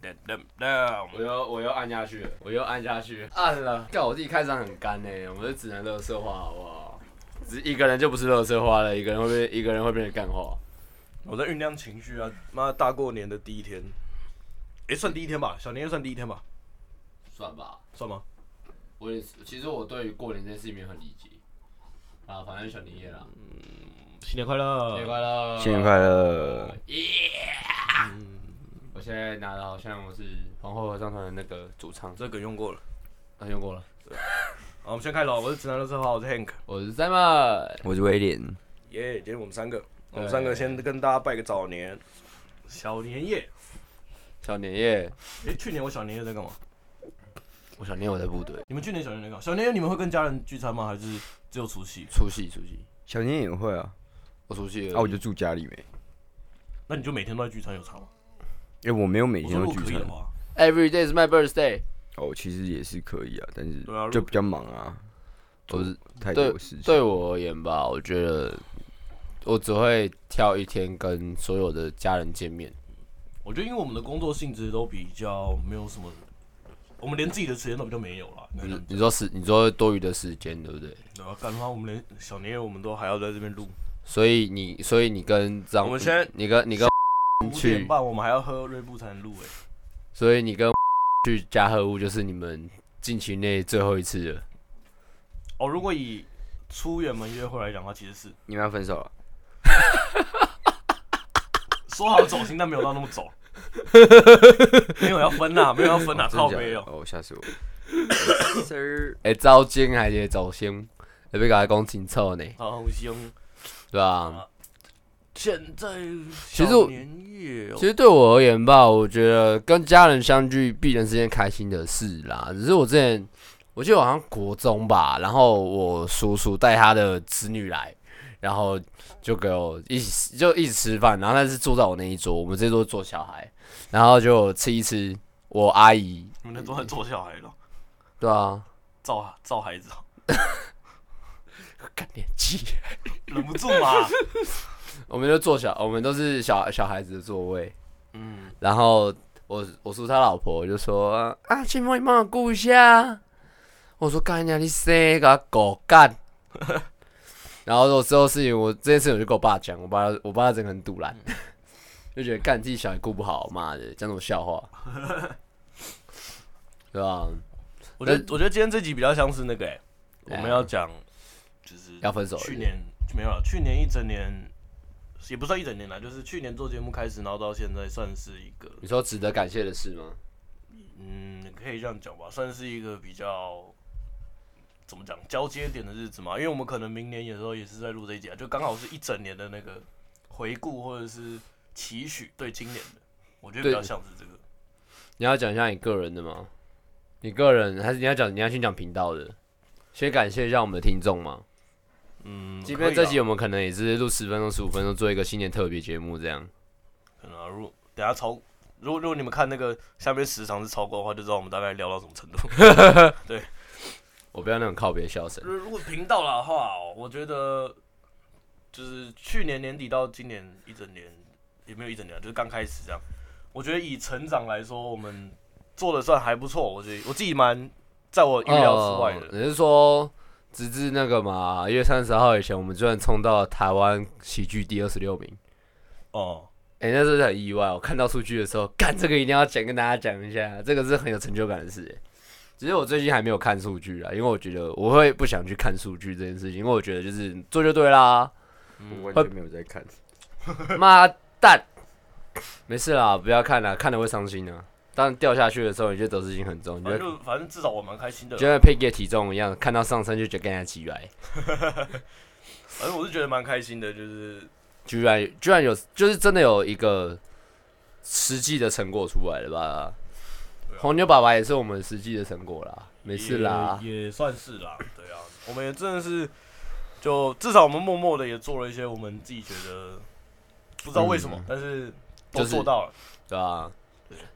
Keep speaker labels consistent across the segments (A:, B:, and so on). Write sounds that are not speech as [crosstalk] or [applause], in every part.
A: 噔噔噔，
B: 我又我又按下去了，我又按下去，按了。但我自己开场很干呢、我们就只能乐色话好不好？只一个人就不是乐色话了，一个人会被一个人会变成干话。
A: 我在酝酿情绪啊！妈，大过年的第一天，诶，算第一天吧，小年夜算第一天吧，
B: 算吧，
A: 算吗？
B: 我也是其实我对于过年这件事情没有很理解。啊，反正小年夜啦，
A: 新年快乐！
B: 新年快乐！
C: 新年快乐！
B: 嗯我现在拿到，现在我是皇后合唱团的那个主唱，
A: 这个用过了。
B: 啊，用过了。
A: 好，我们先开始哦。我是直男乐色话，我是 Hank。
B: 我是 Simon，
C: 我是威廉，
A: 耶、今天我们三个，我们三个先跟大家拜个早年，小年夜。
B: 小年夜，
A: 诶，去年我小年夜在干嘛？
B: 我小年夜我在部队，
A: 你们去年小年夜在干嘛？小年夜你们会跟家人聚餐吗？还是只有除夕？
B: 出戏出戏，
C: 小年也会啊，
B: 我出戏
C: 啊，
B: 了。
C: 我就住家里面，
A: 那你就每天都在聚餐有差吗？
C: 因为我没有每
A: 我
C: 天
A: 说
C: 都
A: 如果
C: 聚
A: 可以
C: 餐
A: 的。话，
B: Every day is my birthday。
C: 哦，其实也是可以啊，但是
A: 对啊如
C: 就比较忙啊，
B: 我是
C: 太多事情。
B: 对我而言吧，我觉得我只会挑一天跟所有的家人见面。
A: 我觉得因为我们的工作性质都比较没有什么，我们连自己的时间都比较没有了。应该这
B: 你
A: 样
B: 你说时，你说多余的时间，对不对？
A: 然后干他妈，我们连小年夜我们都还要在这边录。
B: 所以你，所以你跟张，
A: 我们先
B: 你跟你跟
A: 五
B: 嗯去
A: 点，半我们还要喝瑞布才能录哎、
B: 所以你跟 [laughs] 去嘉禾屋，就是你们近期内最后一次了。
A: 哦，如果以出远门约会来讲的话，其实是
C: 你们要分手了？
A: 说好走心，但没有到那么走。没有要分呐、没有要分呐、
C: 真
A: 靠
C: 假的
A: 没有。
C: [laughs] 哦，吓死
A: [coughs]
C: 我！Sir，
B: 哎、糟心还是糟心，要被搞讲清楚呢，
A: 好凶！
B: 对吧、
A: 现在
B: 其实
A: 小
B: 我
A: 年夜哦、
B: 其实对我而言吧，我觉得跟家人相聚必然是件开心的事啦。只是我之前，我记得我好像国中吧，然后我叔叔带他的子女来，然后就给我一起就一起吃饭，然后他是坐在我那一桌，我们这桌坐小孩，然后就吃一吃。我阿姨，
A: 你们那都在做小孩了，
B: 对啊，
A: 造造孩子哦，
B: 干 [laughs] 年纪，
A: 忍不住嘛。
B: 我们就坐小，我们都是小小孩子的座位，
A: 嗯，
B: 然后我我叔他老婆就说啊，秦风你帮我顾一下。啊我说干呀，你谁个狗干？ [laughs] 然后我之后事情，我这件事情我就跟我爸讲，我爸我爸真的很堵然，就觉得干自己小孩顾不好，妈的讲什么笑话， [laughs] 对啊吧？
A: 我觉得我觉得今天这集比较像是那个哎、我们要讲就是
B: 要分手了
A: 去年没有了，去年一整年也不算一整年啦，就是去年做节目开始，然后到现在算是一个，
B: 你说值得感谢的事吗？
A: 嗯，可以这样讲吧，算是一个比较怎么讲交接点的日子嘛，因为我们可能明年有时候也是在录这一集啊，就刚好是一整年的那个回顾或者是期许对今年的，我觉得比较
B: 对
A: 像是这个。
B: 你要讲一下你个人的吗？你个人还是你要讲你要先讲频道的，先感谢一下我们的听众嘛。
A: 嗯，
B: 即
A: 可以
B: 便
A: 啊
B: 这集我们可能也是录十分钟、十五分钟，做一个新年特别节目这样。
A: 可能、啊、如果等下超，如果如果你们看那个下面时长是超过的话，就知道我们大概聊到什么程度。
B: 我不要那种靠别笑声。
A: [laughs] 如如果频道的话哦，我觉得就是去年年底到今年一整年，也没有一整年啊，就是刚开始这样。我觉得以成长来说，我们做的算还不错，我觉得我自己蛮在我预料之外的。
B: 哦你是说，直至那个嘛，一月三十号以前，我们居然冲到台湾喜剧第二十六名。
A: 哦、
B: 哎、那是很意外。我看到数据的时候，干这个一定要讲，跟大家讲一下，这个是很有成就感的事、欸。只是我最近还没有看数据啊，因为我觉得我会不想去看数据这件事情，因为我觉得就是做就对啦。
C: 我完全没有在看。
B: [laughs] 妈蛋！没事啦，不要看啦，看了会伤心的、当掉下去的时候，你就得失心很重，你就会
A: 反正反正至少我蛮开心的
B: 就，像 Peggy 的体重一样，看到上升就觉得跟人家起来，
A: 反正我是觉得蛮开心的，就是
B: 居然居然有，就是真的有一个实际的成果出来了吧？
A: 对啊
B: 红牛爸爸也是我们实际的成果啦，没事啦。
A: 也也算是啦，对啊，我们也真的是，就至少我们默默的也做了一些我们自己觉得不知道为什么，
B: 嗯
A: 但是都
B: 就是
A: 做到了。
B: 对啊。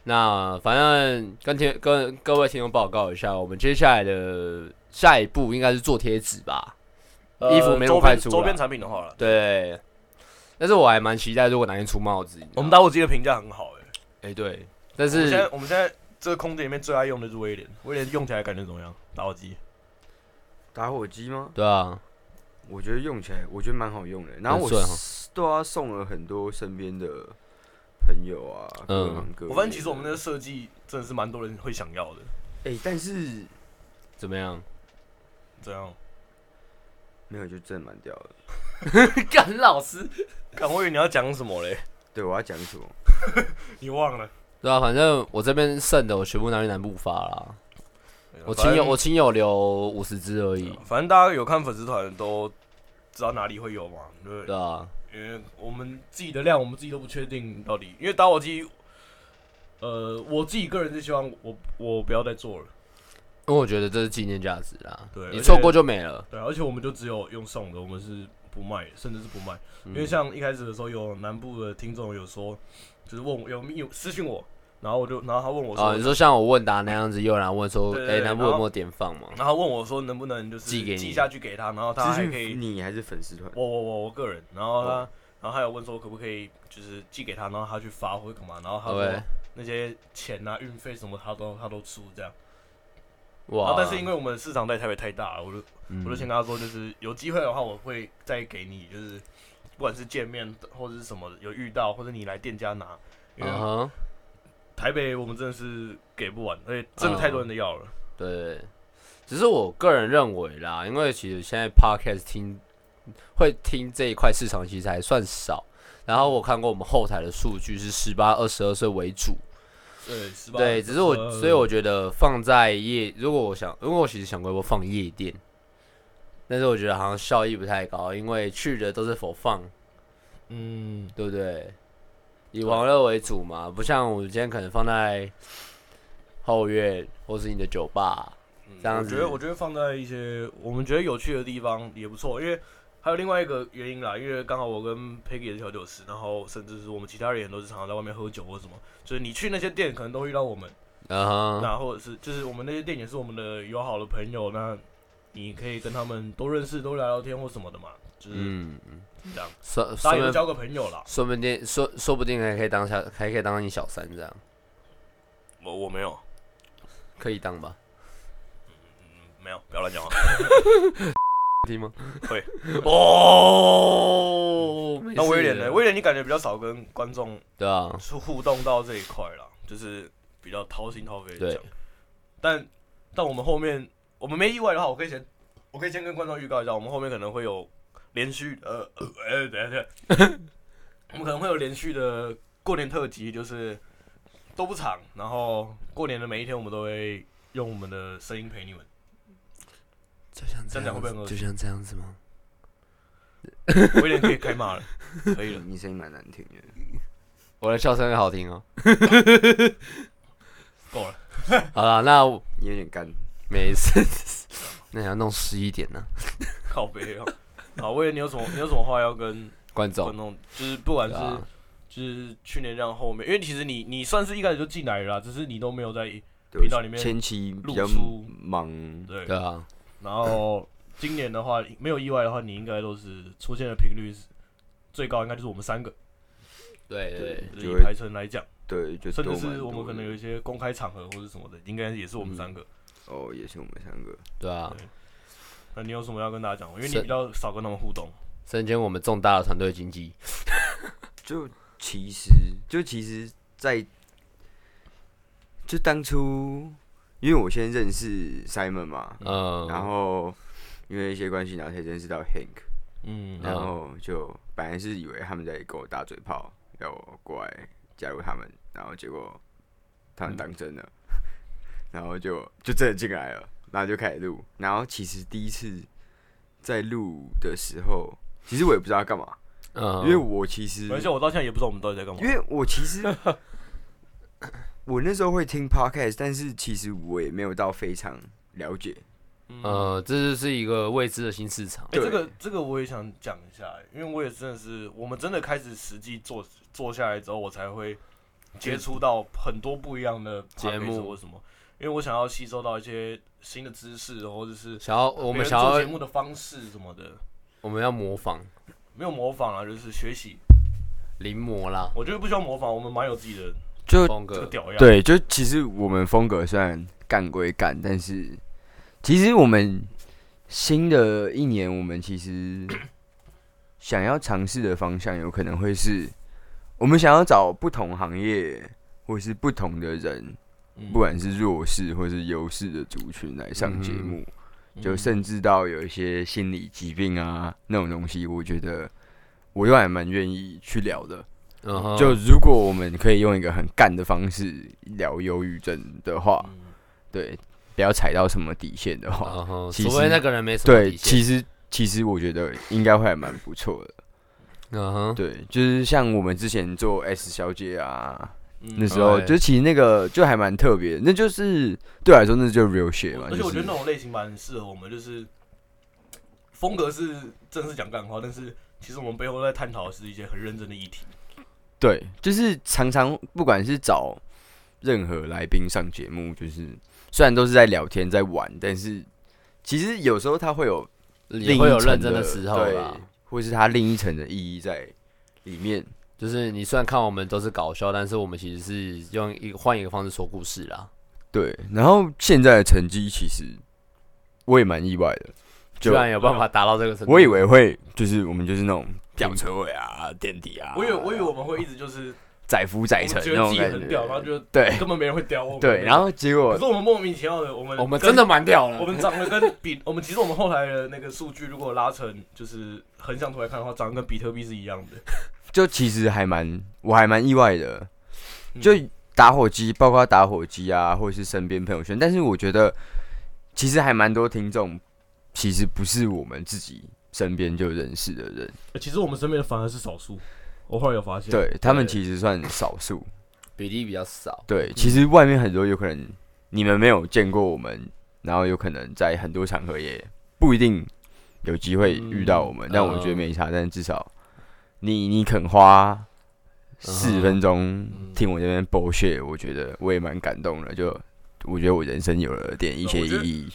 B: 那反正跟听跟各位听众报告一下，我们接下来的下一步应该是做贴纸吧？
A: 呃
B: 衣服没那么
A: 周
B: 快
A: 边
B: 出啦
A: 周边产品的话了，
B: 对。但是我还蛮期待，如果哪天出帽子，
A: 我们打火机的评价很好哎、
B: 哎、对，但
A: 我们现在
B: 是
A: 我们现在这个空间里面最爱用的就是威廉，威廉用起来感觉怎么样？打火机，
C: 打火机吗？
B: 对啊，
C: 我觉得用起来，我觉得蛮好用的。然后我
B: 很顺哦
C: 是对啊，送了很多身边的朋友啊，各
B: 嗯
C: 行各业
A: 我发现其实我们
C: 的
A: 的设计真的是蛮多人会想要的。
C: 哎、但是
B: 怎么
A: [laughs]
B: 样？
A: 怎样？
C: 没有，就真的蛮屌的。
B: 干老师，
A: 看我以为你要讲什么嘞，
C: 对，我要讲什么？
A: 你忘了？
B: 对啊，反正我这边剩的我全部拿去南部发啦。我
A: 啊反
B: 亲友
A: 正啊
B: 我亲友留五十只而已，
A: 反正大家有看粉丝团都知道哪里会有嘛，对不对
B: 对？啊，
A: 因为我们自己的量，我们自己都不确定到底，因为打火机，呃，我自己个人是希望我我不要再做了，
B: 因为我觉得这是纪念价值啦。
A: 对
B: 你
A: 而
B: 错
A: 且
B: 过就没了。
A: 对啊，而且我们就只有用送的，我们是不卖的，甚至是不卖，
B: 嗯
A: 因为像一开始的时候，有南部的听众有说，就是问我有有私信我，然后我就然后他问我说，
B: 啊，你说像我问答那样子，又有人问说，
A: 对对
B: 哎，
A: 对
B: 南部
A: 然
B: 有
A: 后
B: 没有点放嘛？
A: 然后问我说能不能就是
B: 寄给你
A: 寄下去给他，然后他
C: 资
A: 还
C: 讯
A: 可以
C: 你还是粉丝团？
A: 我我我我个人，然后他，
C: 哦
A: 然后还有问说可不可以就是寄给他，然后他去发或者干嘛，然后他
B: 好
A: 说
B: 呗，
A: 那些钱啊、运费什么他都他都出这样。然
B: 哇
A: 后！但是因为我们市场在台北太大了，我就
B: 嗯
A: 我就先跟他说，就是有机会的话我会再给你，就是不管是见面或者是什么的有遇到，或者你来店家拿，因
B: 嗯
A: 为
B: 哼，
A: 台北我们真的是给不完，而且真的
B: 啊
A: 太多人的要了。
B: 对，只是我个人认为啦，因为其实现在 podcast 听会听这一块市场其实还算少。然后我看过我们后台的数据是十八、二十二岁为主，
A: 对，是吧？
B: 对，只是我，所以我觉得放在夜，如果我想，如果我其实想过要放夜店，但是我觉得好像效益不太高，因为去的都是否放，
A: 嗯，
B: 对不对？以玩乐为主嘛，不像我今天可能放在后院或是你的酒吧，这样
A: 嗯我
B: 子
A: 觉得我觉得放在一些我们觉得有趣的地方也不错，因为还有另外一个原因啦，因为刚好我跟 Peggy 也是调酒师，然后甚至是我们其他人也都是常常在外面喝酒或什么，就是你去那些店可能都会遇到我们，
B: 嗯哼，
A: 那或者是就是我们那些店也是我们的友好的朋友，那你可以跟他们多认识、多聊聊天或什么的嘛，就是
B: 嗯，
A: 这样，
B: 顺
A: 大家
B: 顺
A: 也都
B: 便
A: 交个朋友啦。
B: 说不定说说不定还可以当小，还可以当你小三这样，
A: 我我没有，
B: 可以当吧？
A: 没有，不要乱讲话。
B: 听吗？
A: 会
B: 哦，没
A: 那威
B: 事
A: 廉
B: 了
A: 呢？威廉你感觉比较少跟观众
B: 对啊，
A: 是互动到这一块啦，就是比较掏心掏肺的讲
B: 对。
A: 但但我们后面我们没意外的话，我可以先我可以先跟观众预告一下，我们后面可能会有连续呃呃呃，等一下等一下， [laughs] 我们可能会有连续的过年特辑，就是都不长，然后过年的每一天我们都会用我们的声音陪你们。
B: 就像
A: 这样讲会不会很恶心
B: 像这样子吗？
A: 威廉可以开骂了，可以了。
C: 你声音蛮难听的。
B: 我的笑声很好听哦。
A: 够了。
B: 好了，那我
C: 你有点干。
B: 没事，那你要弄湿一点呢、
A: 靠背哦。好，威廉，你有什么你有什么话要跟
B: 观众
A: 观。众，就是不管
B: 对
A: 是、
B: 啊
A: 就是去年这样后面，因为其实你你算是一开始就进来了啦，只是你都没有在
C: 对
A: 频道里面
C: 前期比较
A: 露出
C: 忙，
A: 对，
B: 对啊，
A: 然后今年的话没有意外的话，你应该都是出现的频率是最高，应该就是我们三个，
B: 对对
C: 对
B: 对，
A: 就是
C: 就
A: 以
C: 会
A: 排程来讲，
C: 对，就
A: 甚
C: 都
A: 至
C: 蛮
A: 是我
C: 多
A: 们可能
C: 的
A: 有一些公开场合或者什么的，应该也是我们三个。
C: 哦，也是我们三个。
B: 对啊！
A: 那你有什么要跟大家讲？因为你
B: 是
A: 比较少跟他们互动，
B: 身兼我们重大的团队经济，
C: 就其实，就其实在，就当初，因为我先认识 Simon 嘛，
B: 嗯，
C: 然后因为一些关系，然后才认识到 Hank，
A: 嗯
C: 然后就本来是以为他们在跟我打嘴炮，要我过来加入他们，然后结果他
A: 嗯
C: 们当真了，然后就就真的进来了，然后就开始录，然后其实第一次在录的时候，其实我也不知道要干嘛，
B: 嗯，
C: 因为我其实
A: 而且我到现在也不知道我们到底在干嘛
C: 因。为我其实 [coughs] 我那时候会听 podcast，但是其实我也没有到非常了解。
B: 呃，这就是一个未知的新市场。
A: 嗯哎、
C: 对
A: 这个这个我也想讲一下、因为我也真的是，我们真的开始实际做做下来之后，我才会接触到很多不一样的
B: 节目
A: podcast 或什么，因为我想要吸收到一些新的知识，或者是
B: 想要我
A: 别
B: 们
A: 人
B: 想
A: 做节
B: 要
A: 目的方式什么的，
B: 我们要模仿
A: 没有模仿啊，就是学习。
B: 临摹啦，
A: 我觉得不需要模仿，我们蛮有自己的
C: 就
B: 风
A: 这个
B: 格，
A: 屌样。，
C: 对，就其实我们风格虽然干归干，但是其实我们新的一年，我们其实想要尝试的方向，有可能会是我们想要找不同行业或是不同的人，
A: 嗯
C: 不管是弱势或是优势的族群来上节
B: 嗯
C: 目，就甚至到有一些心理疾病啊那种东西，我觉得我都还蛮愿意去聊的。
B: 嗯哼，
C: 就如果我们可以用一个很干的方式聊忧郁症的话，
A: 嗯哦
C: 对，不要踩到什么底线的话，
B: 嗯哼，
C: 其
B: 除非
C: 实
B: 那个人没什么
C: 对，
B: 底线，
C: 其实其实我觉得应该会还蛮不错的。
B: 嗯哼，
C: 对，就是像我们之前做 S 小姐啊，
A: 嗯
C: 那时候
B: 对
C: 就其实那个就还蛮特别的，那就是对我来说那就是 real shit 嘛，
A: 而且我觉
C: 就
A: 得
C: 是
A: 那种类型蛮适合我们，就是风格是正是讲干话，但是其实我们背后在探讨的是一些很认真的议题。
C: 对，就是常常不管是找任何来宾上节目，就是虽然都是在聊天在玩，但是其实有时候他会有
B: 也
C: 另
B: 会
C: 一
B: 有认
C: 层
B: 真的时候
C: 对
B: 啦。，
C: 或是它另一层的意义在里面。
B: 就是你虽然看我们都是搞笑，但是我们其实是用一个换一个方式说故事啦，
C: 对，然后现在的成绩其实我也蛮意外的，
B: 居
C: 就
B: 然有办法达到这个程度。
C: 我以为会就是我们就是那种
B: 吊
C: 车尾啊、垫底啊
A: 我以为我以为我们会一直就是
C: 载浮
A: 我
C: 载
A: 们
C: 沉
A: 觉
C: 那
A: 得
C: 种
A: 自己
C: 感
A: 很屌，然后
C: 觉，
A: 就
C: 对
A: 根本没人会屌我们。
C: 对，然后结果
A: 可是我们莫名其妙的，我们
B: 我们
A: 跟
B: 真的蛮屌
A: [laughs] 我
B: 了，
A: 们长得跟比我们其实我们后来的那个数据，如果拉成就是横向图来看的话，长得跟比特币是一样的。
C: 就其实还蛮我还蛮意外的，就
A: 嗯
C: 打火机，包括打火机啊，或者是身边朋友圈，但是我觉得其实还蛮多听众其实不是我们自己身边就认识的人。
A: 欸其实我们身边的反而是少数，我后来有发现。
C: 对他们
A: 对
C: 其实算少数。
B: 比例比较少。
C: 对，其实外面很多有可能你们没有见过我们，然后有可能在很多场合也不一定有机会遇到我们，
B: 嗯
C: 但我觉得没差。但至少你你肯花四十分钟听我这边 bullshit，我觉得我也蛮感动的。就我觉得我人生有了点一些
A: 我
C: 意
A: 觉得
C: 义。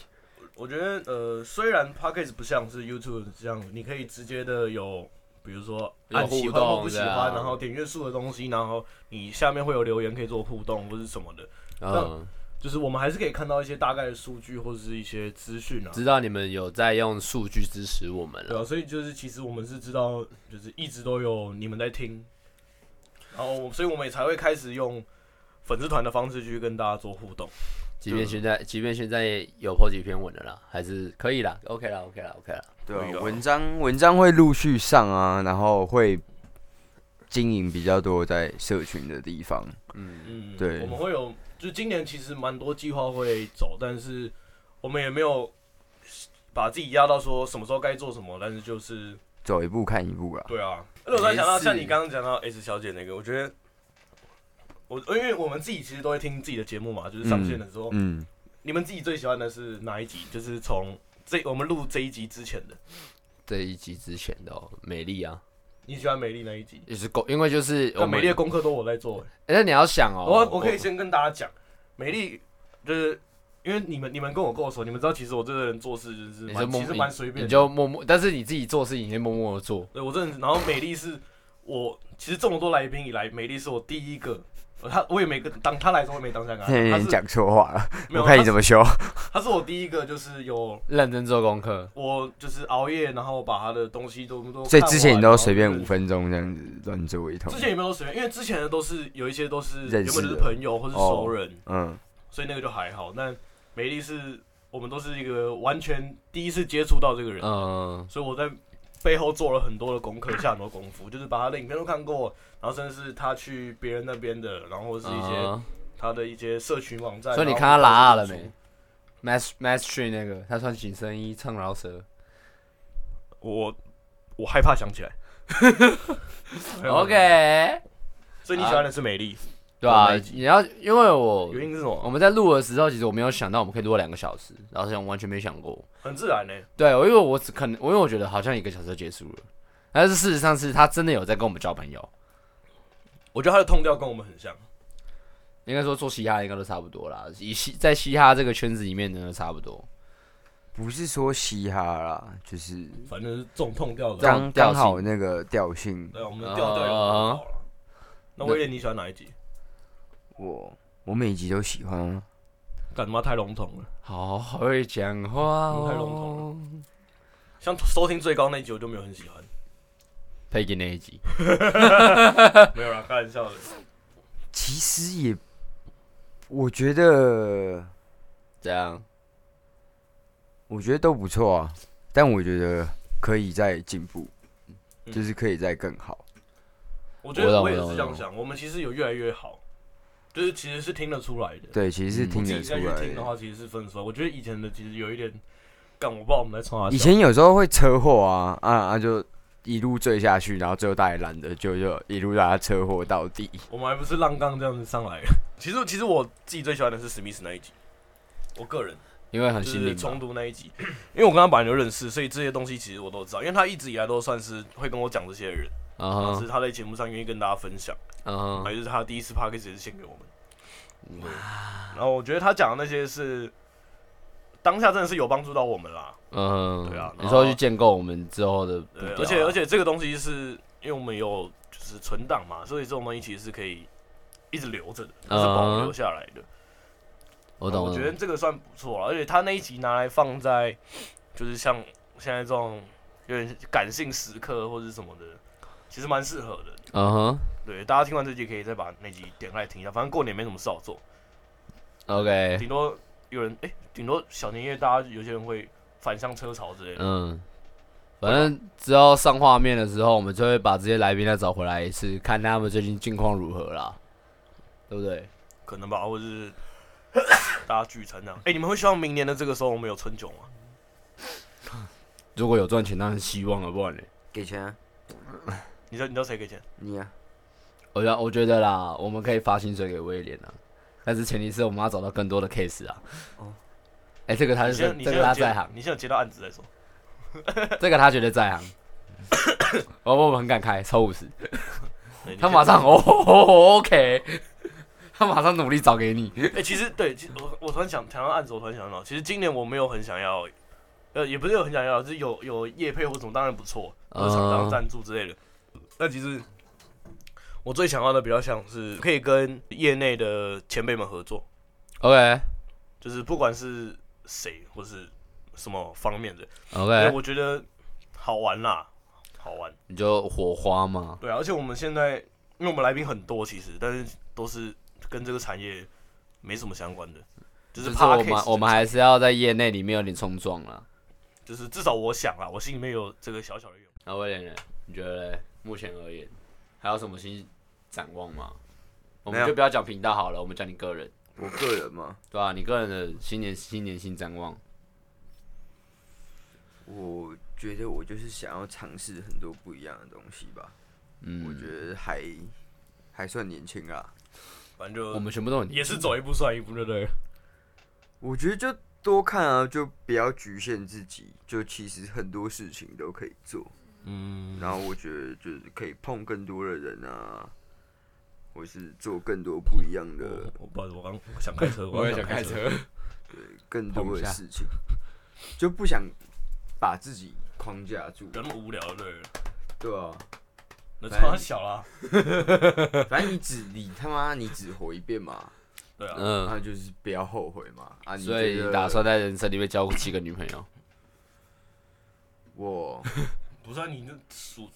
A: 我觉得呃，虽然 podcast 不像是 YouTube 这样，你可以直接的有，比如说
B: 有
A: 按
B: 互
A: 喜欢或
B: 动
A: 不喜
B: 这
A: 欢，
B: 样
A: 然后点阅数的东西，然后你下面会有留言可以做互动或是什么的，
B: 嗯，
A: 就是我们还是可以看到一些大概的数据或者是一些资讯啊。
B: 知道你们有在用数据支持我们
A: 对
B: 了。
A: 啊，所以就是其实我们是知道，就是一直都有你们在听，然后我所以我们也才会开始用粉丝团的方式去跟大家做互动。
B: 即便现在，即便现在有 po 几篇文了啦，还是可以啦，OK 啦，OK 啦，OK 啦。
C: 对
A: 对
C: 啊，
A: 啊
C: 文章文章会陆续上啊，然后会经营比较多在社群的地方。
B: 嗯，
A: 嗯，
C: 对
A: 我们会有，就今年其实蛮多计划会走，但是我们也没有把自己压到说什么时候该做什么，但是就是
C: 走一步看一步啦。
A: 对啊。而且我在想到
C: 没事
A: 像你刚刚讲到 S 小姐那个，我觉得我因为我们自己其实都会听自己的节目嘛，就是上线的时候，
C: 嗯，
A: 你们自己最喜欢的是哪一集？就是从这我们录这一集之前的，
B: 这一集之前的哦美丽啊，
A: 你喜欢美丽那一集？
B: 也是够，因为就是我
A: 那美
B: 们
A: 丽的，功课都我在做、
B: 哎那你要想哦，
A: 我我可以先跟大家讲，美丽就是因为你们你们跟我够熟，你们知道其实我这个人做事就是
B: 你
A: 蛮
B: 就默
A: 其实蛮随便
B: 你
A: 的，
B: 就默默，但是你自己做事情先默默的做，
A: 对我真的是。然后美丽是我其实这么多来宾以来，美丽是我第一个，呃她我也没跟当她来的时候我也没当下跟她
C: 那有
A: 讲，她
C: 点
A: 是
C: 哎讲错话 [laughs] 了，
A: 没有
C: 我看你
A: 她
C: 怎么修。
A: 她是我第一个就是有
B: 认真做功课。
A: 我就是熬夜，然后把她的东西都都
C: 所以
A: 看
C: 之前
A: 完
C: 你
A: 然
C: 都
A: 后
C: 随便
A: 就是
C: 五分钟这样子乱做一通
A: 之。前有没有随便？因为之前的都是有一些都是原
C: 认
A: 本
C: 识的
A: 就是朋友或是熟人，
B: 哦
C: 嗯，
A: 所以那个就还好。但美丽是我们都是一个完全第一次接触到这个人，
B: 嗯，
A: 所以我在背后做了很多的功课，下很多功夫，就是把他的影片都看过，然后甚至是他去别人那边的，然后是一些
B: 嗯
A: 他的一些社群网站。
B: 所以你
A: 然后
B: 看他拉二了
A: 到处
B: 没
A: 出？
B: ？Mass Mass Tree 那个，他穿紧身衣，唱饶舌。
A: 我我害怕
B: [laughs]
A: 想起来。
B: 哦 OK，
A: 所以你喜欢的是美丽，
B: 对啊
A: 我没，
B: 你要因为我
A: 原因是什
B: 我
A: 么？
B: 们在录的时候，其实我没有想到我们可以录到两个小时，然后想完全没想过。
A: 很自然呢、欸
B: 对，我因为我只可能，我因为我觉得好像一个小时就结束了，但是事实上是他真的有在跟我们交朋友。
A: 我觉得他的痛调跟我们很像。
B: 应该说做嘻哈应该都差不多啦，以嘻在嘻哈这个圈子里面呢，差不多。
C: 不是说嘻哈啦，就是
A: 反正是这种痛调的。
C: 刚
B: 调
C: 刚好那个调性。啊
A: 对，我们的调调有很好了。那威廉，你喜欢哪一集？
C: 我我每集都喜欢啊，
A: 干嘛太笼统了？
B: 好会讲话、哦，
A: 太笼统像收听最高那一集，我就没有很喜欢。
B: 佩吉那一集，
A: [laughs] 没有啦，开玩笑的。
C: 其实也，我觉得
B: 这样
C: 我觉得都不错啊，但我觉得可以再进步，
A: 嗯
C: 就是可以再更好。
A: 我觉
B: 我
A: 得
B: 懂
A: 我也
B: 我懂
A: 是这样想，我们其实有越来越好，就是其实是听得出来的。
C: 对，其实是
B: 嗯
A: 我
C: 听
A: 自
C: 得
A: 己
C: 出
A: 再去
C: 来
A: 听的
C: 的。
A: 话，其实是分出来。我觉得以前的其实有一点，干我不知道我们在冲啥笑。
C: 以前有时候会车祸啊啊啊，就一路坠下去，然后最后大家也懒得救，就一路让他车祸到底。
A: 我们还不是浪杠这样子上来的。 [laughs] 其实其实我自己最喜欢的是史密斯那一集，我个人
B: 因为
A: 就
B: 很心
A: 是
B: 灵
A: 冲
B: 嘛，
A: 突那一集，因为我跟他本来就认识，所以这些东西其实我都知道，因为他一直以来都算是会跟我讲这些的人，
B: 嗯
A: 只是
B: 哼，
A: 他在节目上愿意跟大家分享，
B: 嗯
A: 还
B: 哼，
A: 有就是他第一次 p a c k a g e 也是献给我们。
B: 嗯
A: 对，然后我觉得他讲的那些是当下真的是有帮助到我们啦，
B: 嗯哼，
A: 对啊
B: 你说去建构我们之后的步调
A: 对，
B: 啊，
A: 而且而且这个东西是因为我们有就是存档嘛，所以这种东西其实是可以一直留着的，是保留
B: 嗯
A: 下来的。
B: 我懂，
A: 我觉
B: 懂
A: 得这个算不错啊了，而且他那一集拿来放在就是像现在这种有点感性时刻或者什么的，其实蛮适合的。
B: 嗯哼
A: 对，大家听完这集可以再把那集点开来听一下，反正过年没什么事好做，
B: ，OK，
A: 顶多有人哎，顶、多小年夜大家有些人会返乡车潮之类的。
B: 嗯，反正只要上画面的时候，我们就会把这些来宾再找回来一次，看他们最近近况如何啦，对不对？
A: 可能吧，或者是 [coughs] 大家聚餐这样。哎、你们会希望明年的这个时候我们有春酒吗？
B: 如果有赚钱，当然希望了，不然呢？
C: 给钱、啊，
A: 你知道你知道谁给钱？
C: 你啊，
B: 我觉得我觉得啦，我们可以发薪水给威廉啊，但是前提是我们要找到更多的 case 啊。
C: 哦
B: 哎、这个他
A: 你
B: 是
A: 先你
B: 这个
A: 先有
B: 他
A: 接
B: 在行，
A: 你先有接到案子再说。
B: 这个他绝对在 [coughs] 行。我我很敢开，抽五十，
A: 对你
B: 他
A: 先
B: 马上哦哦，OK，他马上努力找给你。
A: 哎、其实对，其实我我突然想谈到案子，我突然想到，其实今年我没有很想要，呃，也不是有很想要，就是有有业配或什么，当然不错，或者厂商
B: 嗯
A: 赞助之类的。那其实我最想要的比较像是可以跟业内的前辈们合作，
B: OK
A: 就是不管是谁或是什么方面的，因为
B: OK，
A: 我觉得好玩啦，好玩。
B: 你就火花嘛，
A: 对啊，而且我们现在因为我们来宾很多，其实但是都是跟这个产业没什么相关的，就
B: 就是是
A: podcast
B: 我们我们还是要在业内里面有点冲撞啦。
A: 就是至少我想啊，我心里面有这个小小的愿望。
B: 那威廉呢？你觉得嘞？目前而言，还有什么新展望吗？我
C: 没
B: 们
C: 有
B: 就不要讲频道好了，我们讲你个人。
C: 我个人嘛，
B: 对啊，你个人的新年新年新展望，
C: 我觉得我就是想要尝试很多不一样的东西吧。
B: 嗯，
C: 我觉得还还算年轻啊。
A: 反正就
B: 我们全部都很
A: 也是走一步算一步，对不对？
C: 我觉得就多看啊，就不要局限自己，就其实很多事情都可以做。
A: 嗯，
C: 然后我觉得就是可以碰更多的人啊，或是做更多不一样
A: 我
C: 的、
A: 我不好意思，我刚想开车，
B: 我也
A: 刚
B: 想开
A: 车。
B: 车，
C: 更多的事情，就不想把自己框架住
A: 不。要那么无聊，对不对？
C: 对啊，
A: 那
C: 反正
A: 超小啦，
C: 反正你只你他妈你只活一遍嘛，
A: 对啊，
C: 那、
B: 嗯，
C: 就是不要后悔嘛。啊，你
B: 所以
C: 觉得
B: 打算在人生里面交几个女朋友？
C: 我
A: 不是啊，你那数，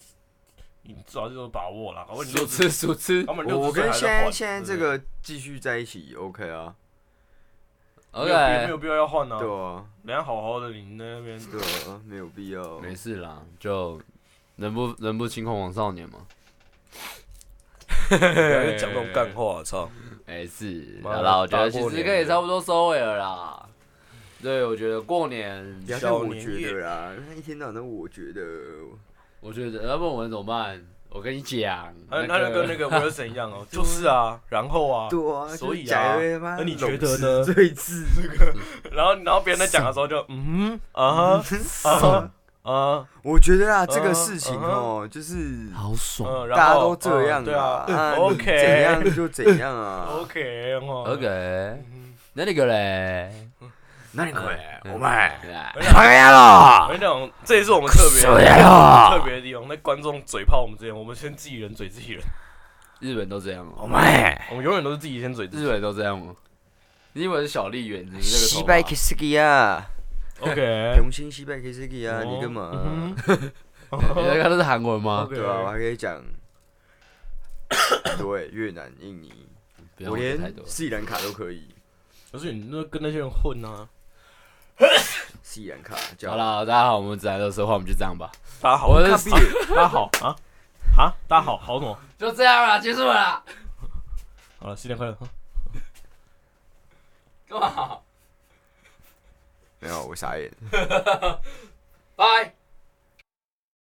A: 你至少就有把握啦。搞哦不好你
B: 数
A: 六十，
B: 次数次
A: 他们
C: 我
A: 六
C: 我
A: 十岁
C: 跟
A: 还
C: 现
A: 在
C: 在
A: 换，
C: 现在这
A: 对
C: 个继续在一起 OK 啊，
A: 不对没有必没
B: ，OK，
A: 有必要要换啊。
C: 对啊，
A: 人家好好的，你那边
C: 对啊，没有必要。
B: 没事啦，就人不人不轻狂枉少年嘛，
A: 不要讲这种干 [laughs] 话，操！
B: 没事。
A: 妈的
B: 好啦，我觉得
A: 大
B: 其
A: 过
B: 实
A: 年
B: 可以
A: 的
B: 差不多收尾了啦。对，我觉得过年
C: 不，要再
A: 小
C: 我
A: 年哦
C: 觉
A: 夜
C: 得啦，那一天到晚都我觉得，
B: 我觉得要不然我们怎么办？我跟你讲，
A: 那那就跟那
B: 个
A: 个 Wilson 一样哦，就是啊，然后啊，
C: 对啊，
A: 所以啊
C: 那
A: 那你觉得呢
C: 最次
A: 然后然后别人在讲的时候就嗯哼啊哈啊哈啊
C: [laughs] 我觉得啊，
A: 嗯
C: 这个事情哦，就是
B: 好爽
A: 嗯，然后
C: 大家都这样
A: 嗯对啊 [laughs]
C: [laughs] 啊你怎
A: ，OK
C: 样就怎
B: [laughs]
C: 样啊。
A: OK 哦
B: 呃，OK，那那个嘞，
C: 那你
B: 嗯
C: 我们
B: 对啊
C: 放开了
A: 我跟你讲，这也是我们特别
B: 受不了
A: 特别的地方。那观众嘴炮我们之前，我们先自己人嘴自己人。
B: 日本都这样哦、
C: 我们
A: 我们永远都是自己先嘴自己
B: 日。本都这样吗？你以为是小笠原？你这个
C: 西
B: 头
C: 拜
B: 发
C: k i s k i 啊，
A: OK，
C: 重庆西拜 k i s k i
B: 哦
C: 啊，你干嘛？
A: 嗯
B: 你在看的是韩文吗？
A: OK
C: 对啊，我还可
B: [coughs]
C: 以讲很多欸越南、印尼，
B: 不要
C: 我
B: 问太
C: 连
B: 多。
C: 斯里兰卡都可以。
A: 可是你那跟那些人混啊！
C: 斯里兰卡，
B: 好，了，大家好，我们自然的说话，我们就这样吧，
A: 大家好，
B: 我是
A: 看毕业大家好啊啊！大家好，好什么？
B: 就这样了，结束了啦，
A: 好了，新年快乐！
B: 干嘛？
C: 没有，我傻眼。
B: 拜。